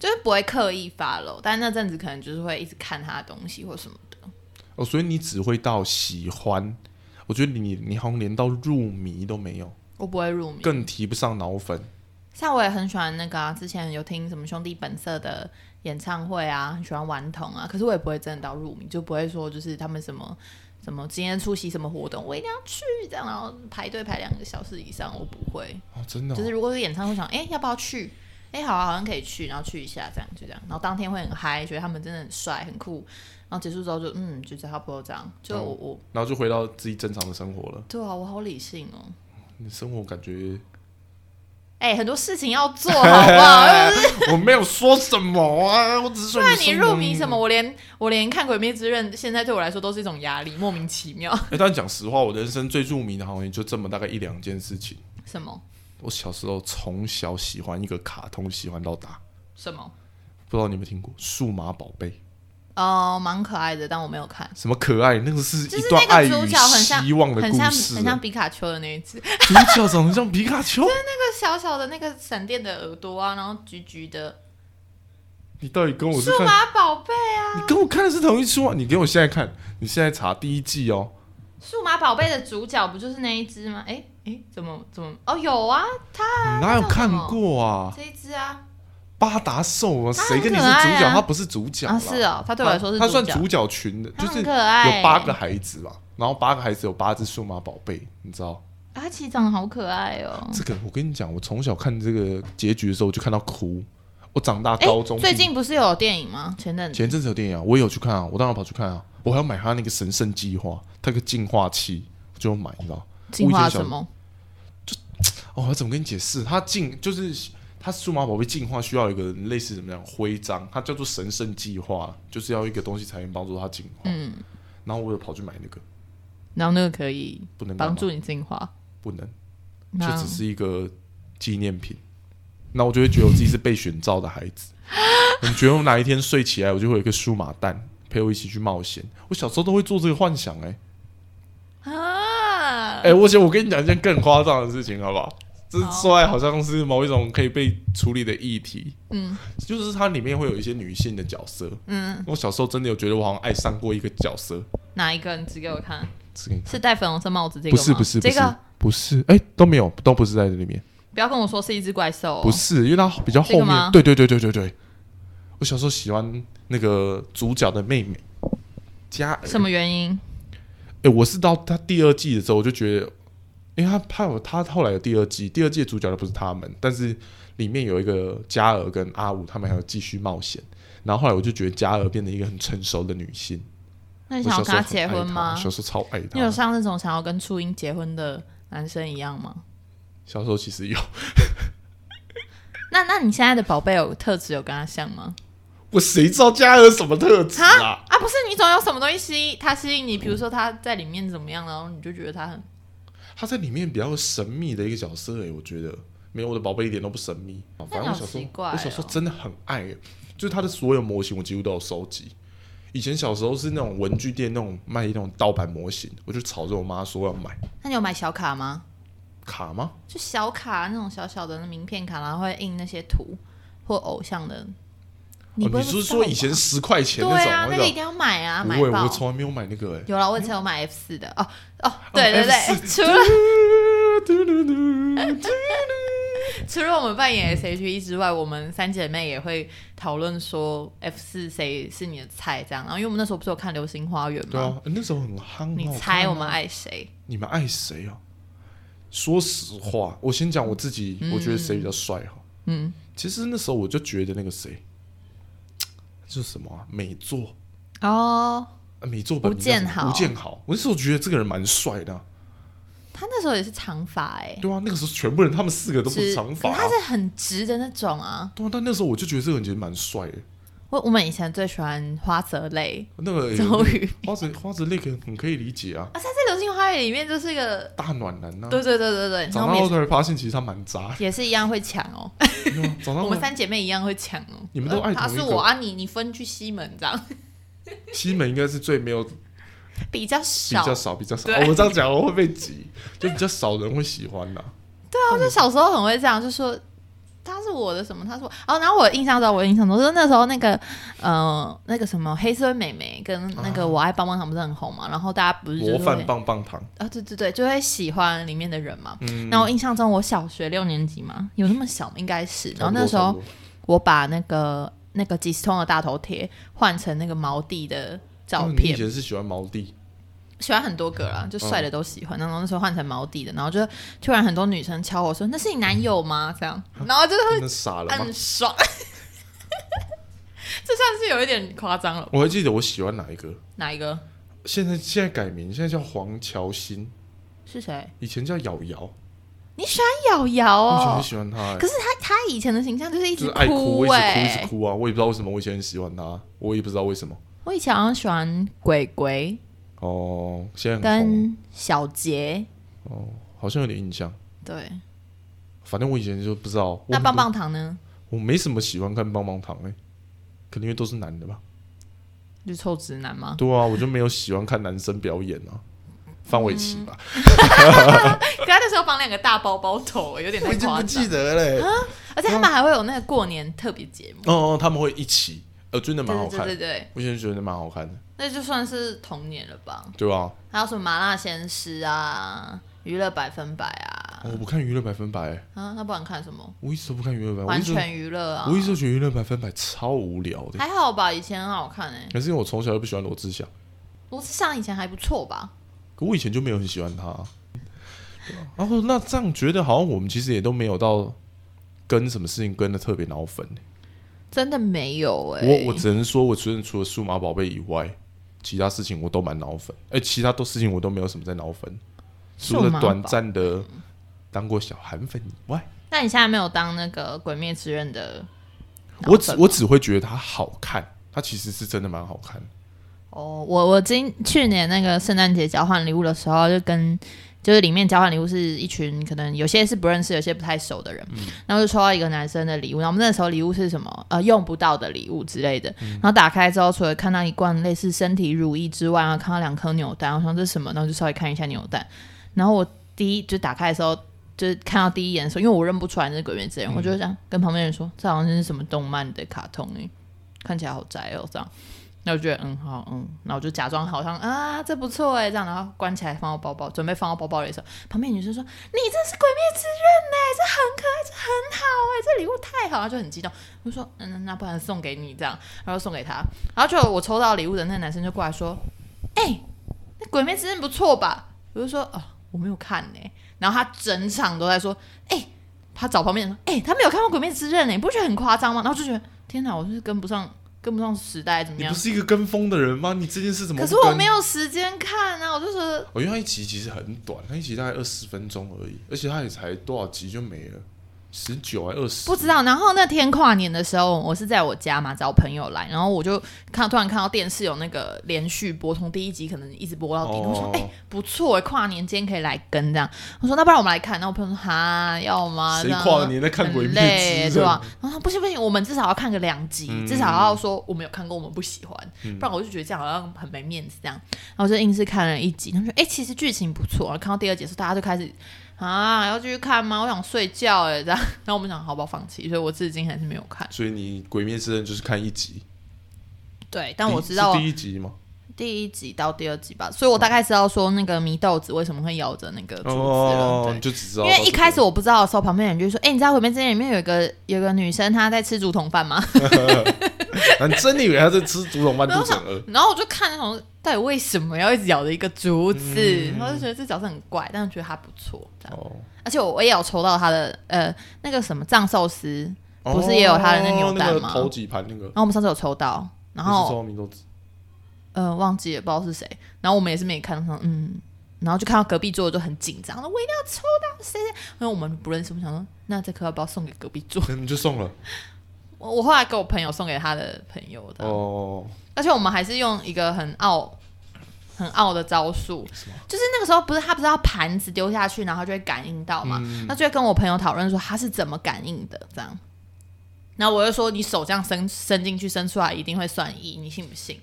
[SPEAKER 2] 就是不会刻意发了，但那阵子可能就是会一直看他的东西或什么的。
[SPEAKER 1] 哦，所以你只会到喜欢，我觉得你你好像连到入迷都没有，
[SPEAKER 2] 我不会入迷，
[SPEAKER 1] 更提不上脑粉。
[SPEAKER 2] 像我也很喜欢那个、啊，之前有听什么兄弟本色的演唱会啊，很喜欢顽童啊，可是我也不会真的到入迷，就不会说就是他们什么什么今天出席什么活动，我一定要去这样，然后排队排两个小时以上，我不会。
[SPEAKER 1] 哦，真的、哦，
[SPEAKER 2] 就是如果是演唱会，想哎、诶要不要去？哎、好、啊，好像可以去，然后去一下这样，就这样。然后当天会很嗨，觉得他们真的很帅很酷。然后结束之后就嗯，就差不多这样。就
[SPEAKER 1] 哦
[SPEAKER 2] 我、我
[SPEAKER 1] 然后就回到自己正常的生活了。
[SPEAKER 2] 对啊，我好理性哦。
[SPEAKER 1] 你生活感觉，
[SPEAKER 2] 哎、很多事情要做，好 不好？又不是
[SPEAKER 1] 哎我没有说什么啊，我只是说
[SPEAKER 2] 不然你
[SPEAKER 1] 生活
[SPEAKER 2] 入迷什么？？我连我连看《鬼灭之刃》，现在对我来说都是一种压力，莫名其妙。
[SPEAKER 1] 哎、但讲实话，我人生最入迷的好像也就这么大概一两件事情。
[SPEAKER 2] 什么
[SPEAKER 1] 我小时候从小喜欢一个卡通，喜欢到大，
[SPEAKER 2] 什么？
[SPEAKER 1] 不知道你有没有听过《数码宝贝》？
[SPEAKER 2] 哦，蛮可爱的，但我没有看。
[SPEAKER 1] 什么可爱？那个是
[SPEAKER 2] 就
[SPEAKER 1] 一
[SPEAKER 2] 是
[SPEAKER 1] 段
[SPEAKER 2] 那
[SPEAKER 1] 爱
[SPEAKER 2] 个主
[SPEAKER 1] 与
[SPEAKER 2] 角很像，
[SPEAKER 1] 希望的
[SPEAKER 2] 很
[SPEAKER 1] 故
[SPEAKER 2] 像
[SPEAKER 1] 事、
[SPEAKER 2] 很像皮卡丘的那一只，
[SPEAKER 1] 主角长得像皮卡 丘，
[SPEAKER 2] 那个小小的那个闪电的耳朵啊，然后橘橘的，
[SPEAKER 1] 你到底跟我是
[SPEAKER 2] 数
[SPEAKER 1] 看？
[SPEAKER 2] 码宝贝，啊
[SPEAKER 1] 你跟我看的是同一出啊！你给我现在看，你现在查第一季哦。
[SPEAKER 2] 数码宝贝的主角不就是那一只吗？哎、哎、怎么怎么？哦，有啊，
[SPEAKER 1] 你哪有看过啊？
[SPEAKER 2] 这一只啊，
[SPEAKER 1] 巴达兽啊，
[SPEAKER 2] 他
[SPEAKER 1] 谁跟你是主
[SPEAKER 2] 很可爱
[SPEAKER 1] 角？
[SPEAKER 2] 啊
[SPEAKER 1] 他不是主角啦
[SPEAKER 2] 啊是哦，它对我来说是
[SPEAKER 1] 他算
[SPEAKER 2] 角，
[SPEAKER 1] 主角群的，
[SPEAKER 2] 它
[SPEAKER 1] 就是有
[SPEAKER 2] 很可爱、
[SPEAKER 1] 八个孩子吧，然后八个孩子有八只数码宝贝，你知道？
[SPEAKER 2] 啊，它其实长得好可爱哦。
[SPEAKER 1] 这个我跟你讲，我从小看这个结局的时候，我就看到哭。我长大
[SPEAKER 2] 哎、
[SPEAKER 1] 高中
[SPEAKER 2] 最近不是有电影吗？前阵子
[SPEAKER 1] 前阵子有电影啊，我也有去看啊，我当然跑去看啊，我还要买他那个神圣计划，他个进化器，我就要买，你知道？
[SPEAKER 2] 进化
[SPEAKER 1] 我以前小
[SPEAKER 2] 什么？
[SPEAKER 1] 哦，我怎么跟你解释？它进就是它数码宝贝进化需要一个类似怎么样徽章，它叫做神圣计划，就是要一个东西才能帮助它进化。
[SPEAKER 2] 嗯，
[SPEAKER 1] 然后我有跑去买那个，
[SPEAKER 2] 然后那个可以
[SPEAKER 1] 不能干
[SPEAKER 2] 帮
[SPEAKER 1] 嘛，
[SPEAKER 2] 助你进化，
[SPEAKER 1] 不能，
[SPEAKER 2] 那
[SPEAKER 1] 就只哦是一个纪念品。那我就会觉得我自己是被选召的孩子。我觉得我哪一天睡起来，我就会有一个数码蛋陪我一起去冒险。我小时候都会做这个幻想、欸，
[SPEAKER 2] 嗯啊，
[SPEAKER 1] 哎、我想我跟你讲一件更夸张的事情，好不好？这
[SPEAKER 2] 好
[SPEAKER 1] 说来好像是某一种可以被处理的议题，
[SPEAKER 2] 嗯
[SPEAKER 1] 就是它里面会有一些女性的角色。
[SPEAKER 2] 嗯，
[SPEAKER 1] 我小时候真的有觉得我好像爱上过一个角色，
[SPEAKER 2] 哪一个？你指给我看，
[SPEAKER 1] 这个
[SPEAKER 2] 是戴粉红色帽子这
[SPEAKER 1] 不
[SPEAKER 2] 个吗？
[SPEAKER 1] 是不是不
[SPEAKER 2] 这
[SPEAKER 1] 是
[SPEAKER 2] 个，
[SPEAKER 1] 不是，哎、都没有，都不是在这里面，
[SPEAKER 2] 不要跟我说是一只怪兽、哦，
[SPEAKER 1] 不是，因为它比较后
[SPEAKER 2] 这个吗
[SPEAKER 1] 面。对对对对对对，我小时候喜欢那个主角的妹妹嘉儿。
[SPEAKER 2] 什么原因？
[SPEAKER 1] 哎、我是到他第二季的时候，我就觉得，因为他他有他后来有第二季，第二季的主角的不是他们，但是里面有一个嘉儿跟阿五，他们还有继续冒险。然后后来我就觉得嘉儿变成一个很成熟的女性，
[SPEAKER 2] 那你
[SPEAKER 1] 我
[SPEAKER 2] 想
[SPEAKER 1] 小时候
[SPEAKER 2] 要跟他
[SPEAKER 1] 很
[SPEAKER 2] 结
[SPEAKER 1] 爱
[SPEAKER 2] 婚
[SPEAKER 1] 她
[SPEAKER 2] 吗？
[SPEAKER 1] 小时候超爱
[SPEAKER 2] 你有
[SPEAKER 1] 她，
[SPEAKER 2] 像那种想要跟初音结婚的男生一样吗？
[SPEAKER 1] 小时候其实有，
[SPEAKER 2] 那那你现在的宝贝有特质有跟他像吗？
[SPEAKER 1] 我谁知道嘉儿什么特质啊？
[SPEAKER 2] 啊，不是，你总有什么东西吸他吸引你，比如说他在里面怎么样，然后你就觉得他很
[SPEAKER 1] 她在里面比较神秘的一个角色哎、我觉得没有我的宝贝一点都不神秘。反正我小时候
[SPEAKER 2] 那你好奇怪哦
[SPEAKER 1] 我小时候真的很爱、欸，就是她的所有模型我几乎都有收集。以前小时候是那种文具店那种卖那种盗版模型，我就吵着我妈说要买。
[SPEAKER 2] 那你有买小卡吗？
[SPEAKER 1] 卡吗？
[SPEAKER 2] 就小卡那种小小的名片卡，然后会印那些图或偶像的。
[SPEAKER 1] 哦，
[SPEAKER 2] 不会
[SPEAKER 1] 你是
[SPEAKER 2] 不知道
[SPEAKER 1] 说
[SPEAKER 2] 吧
[SPEAKER 1] 以前十块钱那
[SPEAKER 2] 对
[SPEAKER 1] 种
[SPEAKER 2] 啊，那个一
[SPEAKER 1] 种？
[SPEAKER 2] 定要买啊，
[SPEAKER 1] 不
[SPEAKER 2] 买
[SPEAKER 1] 会，
[SPEAKER 2] 爆
[SPEAKER 1] 我。从来没有买那个哎。
[SPEAKER 2] 有啦，我以前有买 F 四的哦哦，对对对，除了
[SPEAKER 1] 嘟嘟嘟嘟
[SPEAKER 2] 除了我们扮演 S.H.E 之外，我们三姐妹也会讨论说 F 四谁是你的菜这样。然后因为我们那时候不是有看《流星花园》
[SPEAKER 1] 对
[SPEAKER 2] 吗？
[SPEAKER 1] 啊，那时候很夯。
[SPEAKER 2] 你
[SPEAKER 1] 很好看
[SPEAKER 2] 猜
[SPEAKER 1] 啊
[SPEAKER 2] 我们爱谁？
[SPEAKER 1] 你们爱谁啊？说实话，我先讲我自己，我觉得谁比较帅哈。
[SPEAKER 2] 嗯，
[SPEAKER 1] 其实那时候我就觉得那个谁，就是什么、啊、美作，
[SPEAKER 2] 哦，
[SPEAKER 1] 呃美作本名
[SPEAKER 2] 吴建
[SPEAKER 1] 叫什么
[SPEAKER 2] 豪
[SPEAKER 1] 吴建豪。我那时候觉得这个人蛮帅的啊、
[SPEAKER 2] 他那时候也是长发哎、
[SPEAKER 1] 对啊，那个时候全部人他们四个都不是
[SPEAKER 2] 直
[SPEAKER 1] 长发、
[SPEAKER 2] 可
[SPEAKER 1] 啊
[SPEAKER 2] 是他。是很直的那种啊。
[SPEAKER 1] 对啊，但那时候我就觉得这个人其实蛮帅的。
[SPEAKER 2] 我我们以前最喜欢花泽类，
[SPEAKER 1] 那个
[SPEAKER 2] 周瑜
[SPEAKER 1] 花泽花泽类可很可以理解啊，
[SPEAKER 2] 啊，他在《流星花园》里面就是一个，
[SPEAKER 1] 大暖男呐、啊。
[SPEAKER 2] 对对对对对，然
[SPEAKER 1] 长
[SPEAKER 2] 后
[SPEAKER 1] 大
[SPEAKER 2] 我
[SPEAKER 1] 后
[SPEAKER 2] 们
[SPEAKER 1] 才发现，其实他蛮渣的。
[SPEAKER 2] 也也是一样会抢哦，
[SPEAKER 1] 你知道吗长大
[SPEAKER 2] 我
[SPEAKER 1] 后
[SPEAKER 2] 们三姐妹一样会抢哦。
[SPEAKER 1] 你们都爱
[SPEAKER 2] 呃他
[SPEAKER 1] 同一
[SPEAKER 2] 是
[SPEAKER 1] 个
[SPEAKER 2] 我啊，你你分去西门这样，
[SPEAKER 1] 西门应该是最没有
[SPEAKER 2] 比较
[SPEAKER 1] 比
[SPEAKER 2] 少
[SPEAKER 1] 较少，比较少。
[SPEAKER 2] 对
[SPEAKER 1] 哦我这样讲我会被挤，就比较少人会喜欢啦、
[SPEAKER 2] 对啊，我就小时候很会这样，就说他是我的什么，他是我。哦，然后我印象中，我印象中就是那时候那个，呃，那个什么黑社会美眉跟那个我爱棒棒糖不是很红嘛，然后大家不 是就
[SPEAKER 1] 啊模
[SPEAKER 2] 是
[SPEAKER 1] 范
[SPEAKER 2] 会
[SPEAKER 1] 棒棒糖，
[SPEAKER 2] 啊，对对对，就会喜欢里面的人嘛。
[SPEAKER 1] 嗯，
[SPEAKER 2] 然后我印象中，我小学六年级嘛，有那么小吗？应该是。然
[SPEAKER 1] 差不
[SPEAKER 2] 后
[SPEAKER 1] 多
[SPEAKER 2] 那时候
[SPEAKER 1] 差不多
[SPEAKER 2] 我把那个那个即时通的大头贴换成那个毛弟的照
[SPEAKER 1] 哦你以
[SPEAKER 2] 片，
[SPEAKER 1] 前是喜欢毛弟，
[SPEAKER 2] 喜欢很多个
[SPEAKER 1] 嗯
[SPEAKER 2] 啦，就帅的都喜欢。然后那时候换成毛弟的，然后就突然很多女生敲我说：“那是你男友吗？”这样，
[SPEAKER 1] 嗯
[SPEAKER 2] 然后就是
[SPEAKER 1] 那傻了吗
[SPEAKER 2] 很？爽。这算是有一点夸张了，
[SPEAKER 1] 我还记得我喜欢哪一个，
[SPEAKER 2] 哪一个
[SPEAKER 1] 现在现在改名，现在叫黄乔欣，
[SPEAKER 2] 是谁？
[SPEAKER 1] 以前叫瑶瑶，
[SPEAKER 2] 你喜欢瑶瑶
[SPEAKER 1] 我以前
[SPEAKER 2] 哦
[SPEAKER 1] 很？喜欢她、欸
[SPEAKER 2] 可是他他以前的形象就是一
[SPEAKER 1] 就
[SPEAKER 2] 直
[SPEAKER 1] 是爱哭，我一直哭，
[SPEAKER 2] 哎、
[SPEAKER 1] 一直哭啊！我也不知道为什么，我以前很喜欢她，我也不知道为什么。
[SPEAKER 2] 我以前好像喜欢鬼鬼
[SPEAKER 1] 哦，现在很红
[SPEAKER 2] 跟小杰，
[SPEAKER 1] 哦，好像有点印象。
[SPEAKER 2] 对，
[SPEAKER 1] 反正我以前就不知道。我
[SPEAKER 2] 那
[SPEAKER 1] 很
[SPEAKER 2] 棒棒糖呢？
[SPEAKER 1] 我没什么喜欢看棒棒糖哎、欸，可能因为都是男的吧。
[SPEAKER 2] 就是臭直男吗？
[SPEAKER 1] 对啊，我就没有喜欢看男生表演啊，范玮琪吧，
[SPEAKER 2] 可他那时候绑两个大包包头，有点嗯太夸张。啊
[SPEAKER 1] 得嘞。
[SPEAKER 2] 而且他们还会有那个过年特别节目，
[SPEAKER 1] 哦哦，他们会一起，呃，真的蛮好
[SPEAKER 2] 对对
[SPEAKER 1] 看
[SPEAKER 2] 对
[SPEAKER 1] 的。
[SPEAKER 2] 对，
[SPEAKER 1] 我以前觉得蛮好看的，
[SPEAKER 2] 那就算是童年了吧。
[SPEAKER 1] 对啊，
[SPEAKER 2] 还有什么麻辣鲜师啊，娱乐百分百啊，
[SPEAKER 1] 哦我不看娱乐百分百欸，
[SPEAKER 2] 啊，那不然看什么？
[SPEAKER 1] 我一直都不看娱乐百分百，我
[SPEAKER 2] 完
[SPEAKER 1] 一直
[SPEAKER 2] 全啊娱乐啊
[SPEAKER 1] 我，一直都觉得娱乐百分百超无聊的，
[SPEAKER 2] 还好吧，以前很好看哎、欸，
[SPEAKER 1] 可是因为我从小就不喜欢罗志祥，
[SPEAKER 2] 罗志祥以前还不错吧？
[SPEAKER 1] 可我以前就没有很喜欢他啊。然后那这样觉得好像我们其实也都没有到跟什么事情跟的特别脑粉欸
[SPEAKER 2] 真的没有哎、
[SPEAKER 1] 我我只能说，我除了除了数码宝贝以外，其他事情我都蛮脑粉，哎、其他都事情我都没有什么在脑粉，除
[SPEAKER 2] 数
[SPEAKER 1] 了
[SPEAKER 2] 码
[SPEAKER 1] 短
[SPEAKER 2] 宝
[SPEAKER 1] 暂的当过小韩粉以外，
[SPEAKER 2] 那你现在没有当那个《鬼灭之刃》的脑粉吗？嗯
[SPEAKER 1] 我只我只会觉得它好看，它其实是真的蛮好看。
[SPEAKER 2] 哦，我我今去年那个圣诞节交换礼物的时候，就跟就是里面交换礼物是一群可能有些是不认识，有些不太熟的人，然后就抽到一个男生的礼物，然后我们那时候礼物是什么呃用不到的礼物之类的，然后打开之后，除了看到一罐类似身体乳液之外，然后看到两颗扭蛋，我想这是什么，然后就稍微看一下扭蛋，然后我第一就打开的时候。就是看到第一眼的时候，因为我认不出来那是鬼灭之刃，我就想跟旁边人说，这好像是什么动漫的卡通诶、看起来好宅哦，这样。那我就觉得嗯好嗯，那我就假装好像啊这不错哎这样，然后关起来放到包包，准备放到包包里的时候，旁边女生说：“你这是鬼灭之刃呢、这很可爱，这很好哎、这礼物太好。”她就很激动，我就说：“嗯，那不然送给你这样。”然后送给他，然后就我抽到礼物的那个男生就过来说：“哎、那鬼灭之刃不错吧？”我就说：“哦，我没有看呢、然后他整场都在说：“哎、他找旁边人说：“哎、他没有看过鬼灭之刃呢、你不觉得很夸张吗？”然后就觉得天哪，我就是跟不上。跟不上时代怎么
[SPEAKER 1] 你
[SPEAKER 2] 样
[SPEAKER 1] 不？是一个跟风的人吗？你这件事怎么？
[SPEAKER 2] 可是我没。有时间看啊，我就觉得
[SPEAKER 1] 哦我、因为它一集其实很短，它一集大概二十分钟而已，而且它也才多少集就没了，十九还二十。
[SPEAKER 2] 不知道。然后那天跨年的时候，我是在我家嘛，找朋友来，然后我就看突然看到电视有那个连续播，从第一集可能一直播到底。
[SPEAKER 1] 哦
[SPEAKER 2] 我说哎、不错哎，跨年今天可以来跟这样。我说那不然我们来看。然后我朋友说哈要吗？
[SPEAKER 1] 谁
[SPEAKER 2] 这样
[SPEAKER 1] 跨年在看
[SPEAKER 2] 很
[SPEAKER 1] 鬼灭之
[SPEAKER 2] 累
[SPEAKER 1] 刃
[SPEAKER 2] 对吧？然后他不行不行，我们至少要看个两集，
[SPEAKER 1] 嗯
[SPEAKER 2] 至少要说我们有看过，我们不喜欢，不然我就觉得这样好像很没面子这样。然后我就硬是看了一集，他们说哎、其实剧情不错。然后看到第二集的时候，大家就开始。啊，要继续看吗？我想睡觉哎，这样。 然后我们想，好吧，放弃。所以我至今还是没有看。
[SPEAKER 1] 所以你《鬼灭之刃》就是看一集，
[SPEAKER 2] 对，但我
[SPEAKER 1] 第
[SPEAKER 2] 知道
[SPEAKER 1] 是第一集吗？
[SPEAKER 2] 第一集到第二集吧，所以我大概知道说那个祢豆子为什么会咬着那个竹子了。
[SPEAKER 1] 哦，
[SPEAKER 2] 对
[SPEAKER 1] 你就只知道
[SPEAKER 2] 因为一开始
[SPEAKER 1] 我
[SPEAKER 2] 我不知道的时候，旁边人就说：“哎、你知道《鬼灭之刃》里面有一个有一个女生她在吃竹筒饭吗
[SPEAKER 1] 你真的以为他在吃竹筒饭肚子很饿？”？
[SPEAKER 2] 然后我就看那种到底为什么要一直咬着一个竹子，
[SPEAKER 1] 嗯
[SPEAKER 2] 然后就觉得这角色很怪，但是觉得她不错。这样，
[SPEAKER 1] 哦，
[SPEAKER 2] 而且我我也有抽到她的呃那个什么藏寿司，不是
[SPEAKER 1] 哦
[SPEAKER 2] 也有他的那牛蛋吗
[SPEAKER 1] 那个头几盘那个，
[SPEAKER 2] 然后我们上次有抽到，然
[SPEAKER 1] 不是
[SPEAKER 2] 后
[SPEAKER 1] 说明豆子
[SPEAKER 2] 呃忘记了不知道是谁，然后我们也是没看上，嗯，然后就看到隔壁桌就很紧张，说我一定要抽到谁谁，因为我们不认识，我想说那这颗要不要送给隔壁桌？
[SPEAKER 1] 嗯你就送了
[SPEAKER 2] 我我后来给我朋友送给他的朋友的，
[SPEAKER 1] 哦，
[SPEAKER 2] 而且我们还是用一个很傲、很傲的招数，就是那个时候不是他不知道盘子丢下去，然后就会感应到嘛，他就会跟我朋友讨论说他是怎么感应的这样。然后我就说你手这样伸伸进去伸出来一定会算一，你信不信？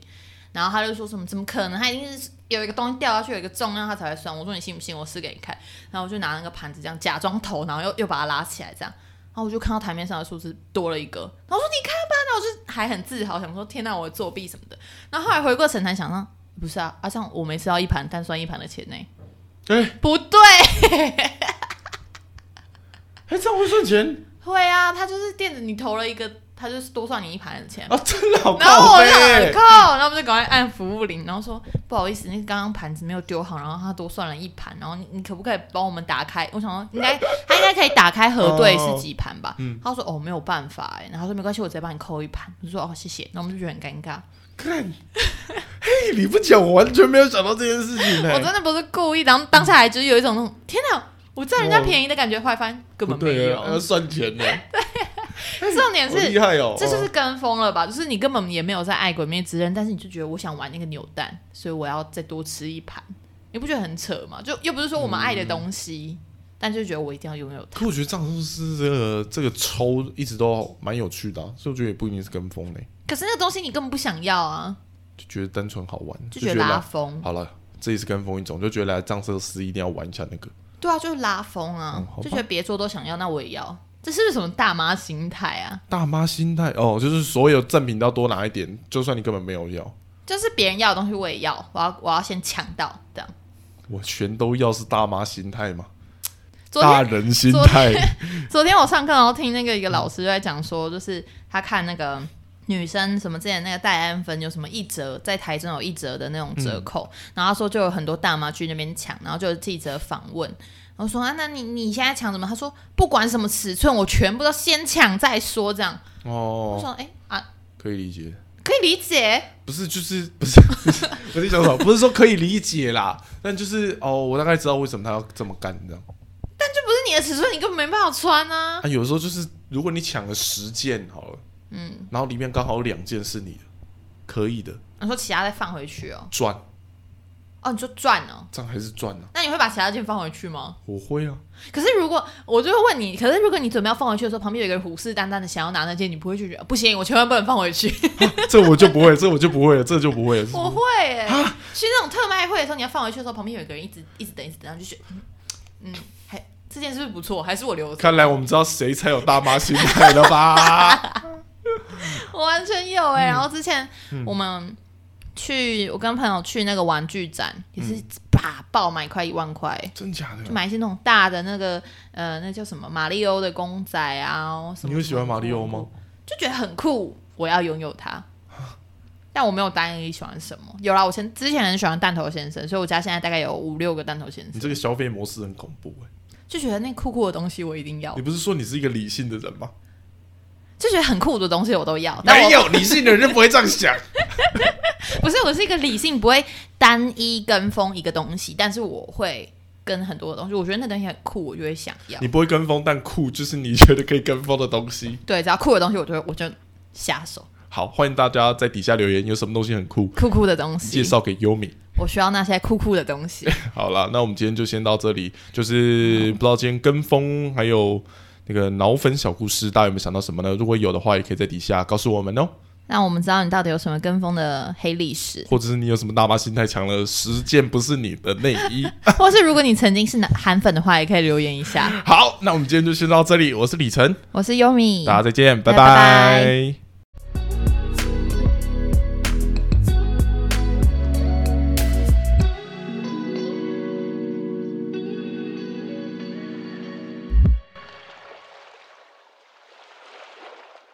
[SPEAKER 2] 然后他就说什么怎么可能？他一定是有一个东西掉下去，有一个重量，他才会算。我说你信不信？我试给你看。然后我就拿那个盘子这样假装投，然后又又把它拉起来这样。然后我就看到台面上的数字多了一个，然后我说你看吧，然后我就还很自豪，想说天哪，我作弊什么的。然后后来回过神来想到，不是啊，啊像我没吃到一盘，但算一盘的钱呢、
[SPEAKER 1] 哎，
[SPEAKER 2] 不对，
[SPEAKER 1] 还哎这样会算钱
[SPEAKER 2] 会啊，他就是垫着你投了一个，他就是多算你一盘的钱。
[SPEAKER 1] 啊？真的好
[SPEAKER 2] 然后
[SPEAKER 1] 靠
[SPEAKER 2] 我
[SPEAKER 1] 背
[SPEAKER 2] 就很
[SPEAKER 1] 欸，
[SPEAKER 2] 靠，然后我们就赶快按服务铃，然后说不好意思，那刚刚盘子没有丢好，然后他多算了一盘，然后你你可不可以帮我们打开？我想说应该他应该可以打开核对是几盘吧？
[SPEAKER 1] 嗯
[SPEAKER 2] 他说哦没有办法哎、然后说没关系，我直接帮你扣一盘。我就说哦谢哦谢，那我们就觉得很尴尬，
[SPEAKER 1] 看， 嘿，你不讲，我完全没有想到这件事情
[SPEAKER 2] 我
[SPEAKER 1] 呢。
[SPEAKER 2] 真的不是故意，然后当下还就是有一种那种天哪，我占人家便宜的感觉，后来发现根
[SPEAKER 1] 不
[SPEAKER 2] 本没
[SPEAKER 1] 对啊，要
[SPEAKER 2] 有。
[SPEAKER 1] 算钱呢，
[SPEAKER 2] 重点
[SPEAKER 1] 好
[SPEAKER 2] 是
[SPEAKER 1] 厉害哦！
[SPEAKER 2] 这就是
[SPEAKER 1] 哦
[SPEAKER 2] 跟风了吧？就是你根本也没有在爱《鬼灭之刃》，但是你就觉得我想玩那个扭蛋，所以我要再多吃一盘，你不觉得很扯吗？就又不是说我们爱的东西，
[SPEAKER 1] 嗯
[SPEAKER 2] 但就觉得我一定要拥有它
[SPEAKER 1] 可。我觉得藏寿司这个这个抽一直都蛮有趣的啊，所以我觉得也不一定是跟风嘞，
[SPEAKER 2] 可是那个东西你根本不想要啊，
[SPEAKER 1] 就觉得单纯好玩，
[SPEAKER 2] 就
[SPEAKER 1] 就
[SPEAKER 2] 觉
[SPEAKER 1] 觉
[SPEAKER 2] 得啊
[SPEAKER 1] 得
[SPEAKER 2] 拉
[SPEAKER 1] 来
[SPEAKER 2] 风。
[SPEAKER 1] 好了，这也是跟风一种，就觉得来藏寿司一定要玩一下那个。
[SPEAKER 2] 对啊，就是拉风啊，
[SPEAKER 1] 嗯好吧
[SPEAKER 2] 就觉得别桌都想要，那我也要。这是不是什么大妈心态啊？
[SPEAKER 1] 大妈心态哦，就是所有赠品都要多拿一点，就算你根本没有要，
[SPEAKER 2] 就是别人要的东西我也要，我要我要先抢到这样。
[SPEAKER 1] 我全都要是大妈心态嘛，
[SPEAKER 2] 昨天
[SPEAKER 1] 大人心态，
[SPEAKER 2] 昨天我上课，然后听那个一个老师就在讲说，就是他看那个女生什么之前那个戴安芬有什么一折，在台中有一折的那种折扣，然后他说就有很多大妈去那边抢，然后就有记者访问。然后说啊，那你你现在抢什么？他说不管什么尺寸，我全部都先抢再说。这样，我
[SPEAKER 1] 哦，
[SPEAKER 2] 说哎、啊，
[SPEAKER 1] 可以理解，
[SPEAKER 2] 可以理解，
[SPEAKER 1] 不是就是 不是，我在想什么？不是说可以理解啦，但就是哦，我大概知道为什么他要这么干这样。
[SPEAKER 2] 但就不是你的尺寸，你根本没办法穿啊。
[SPEAKER 1] 啊，有时候就是如果你抢了十件好了，嗯，然后里面刚好有两件是你的，可以的，
[SPEAKER 2] 你说其他再放回去哦，
[SPEAKER 1] 赚，
[SPEAKER 2] 哦，你就赚哦。
[SPEAKER 1] 这样还是赚啊，
[SPEAKER 2] 那你会把其他件放回去吗？
[SPEAKER 1] 我会啊，
[SPEAKER 2] 可是如果我就会问你，可是如果你准备要放回去的时候，旁边有一个人虎视眈眈的想要拿那件，你不会去觉得啊不行，我千万不能放回去。
[SPEAKER 1] 这我就不会，这我就不会了，这就不会了。
[SPEAKER 2] 我会耶、去那种特卖会的时候，你要放回去的时候，旁边有一个人一直一直等，一直等，然后就觉得嗯嗯，还这件是不是不错，还是我留着？
[SPEAKER 1] 看来我们知道谁才有大妈心态了 吧？
[SPEAKER 2] 我完全有哎、然后之前我们去，我跟朋友去那个玩具展，也是把爆买快一万块。
[SPEAKER 1] 真假
[SPEAKER 2] 就
[SPEAKER 1] 的？
[SPEAKER 2] 买一些那种大的那个呃，那叫什么马里欧的公仔啊，什么。
[SPEAKER 1] 你会喜欢马里奥吗？？
[SPEAKER 2] 就觉得很酷，我要拥 有它。但我没有单一喜欢什么，有啦，我前之前很喜欢弹头先生，所以我家现在大概有五六个弹头先
[SPEAKER 1] 你
[SPEAKER 2] 生，
[SPEAKER 1] 这个消费模式很恐怖哎、
[SPEAKER 2] 就觉得那酷酷的东西我一定要
[SPEAKER 1] 你，不是说你是一个理性的人吗？
[SPEAKER 2] 就觉得很酷的东西我都要。但
[SPEAKER 1] 没
[SPEAKER 2] 我
[SPEAKER 1] 有理性的人就不会这样 想。
[SPEAKER 2] 不是我是一个理性，不会单一跟风一个东西，但是我会跟很多的东西，我觉得那东西很酷，我就会想要
[SPEAKER 1] 你。不会跟风，但酷就是你觉得可以跟风的东西。
[SPEAKER 2] 对，只要酷的东西，我就会我就下 手，
[SPEAKER 1] 好，欢迎大家在底下留言，有什么东西很酷，
[SPEAKER 2] 酷酷的东
[SPEAKER 1] 介
[SPEAKER 2] 西，
[SPEAKER 1] 绍给优米。
[SPEAKER 2] 我需要那些酷酷的东 西。
[SPEAKER 1] 好啦，那我们今天就先到这里。就是不知道今天跟风还有那个脑粉小故事，大家有没有想到什么呢？如果有的话，也可以在底下告诉我们哦。，
[SPEAKER 2] 让我们知道你到底有什么跟风的黑历史
[SPEAKER 1] 或者是你有什么大妈心太强了，十件不是你的内衣。
[SPEAKER 2] 或是如果你曾经是男韩粉的话，也可以留言一下。
[SPEAKER 1] 好，那我们今天就先到这里，我是李晨，
[SPEAKER 2] 我是优米，
[SPEAKER 1] 大家再见，拜
[SPEAKER 2] 嗯拜拜
[SPEAKER 1] 拜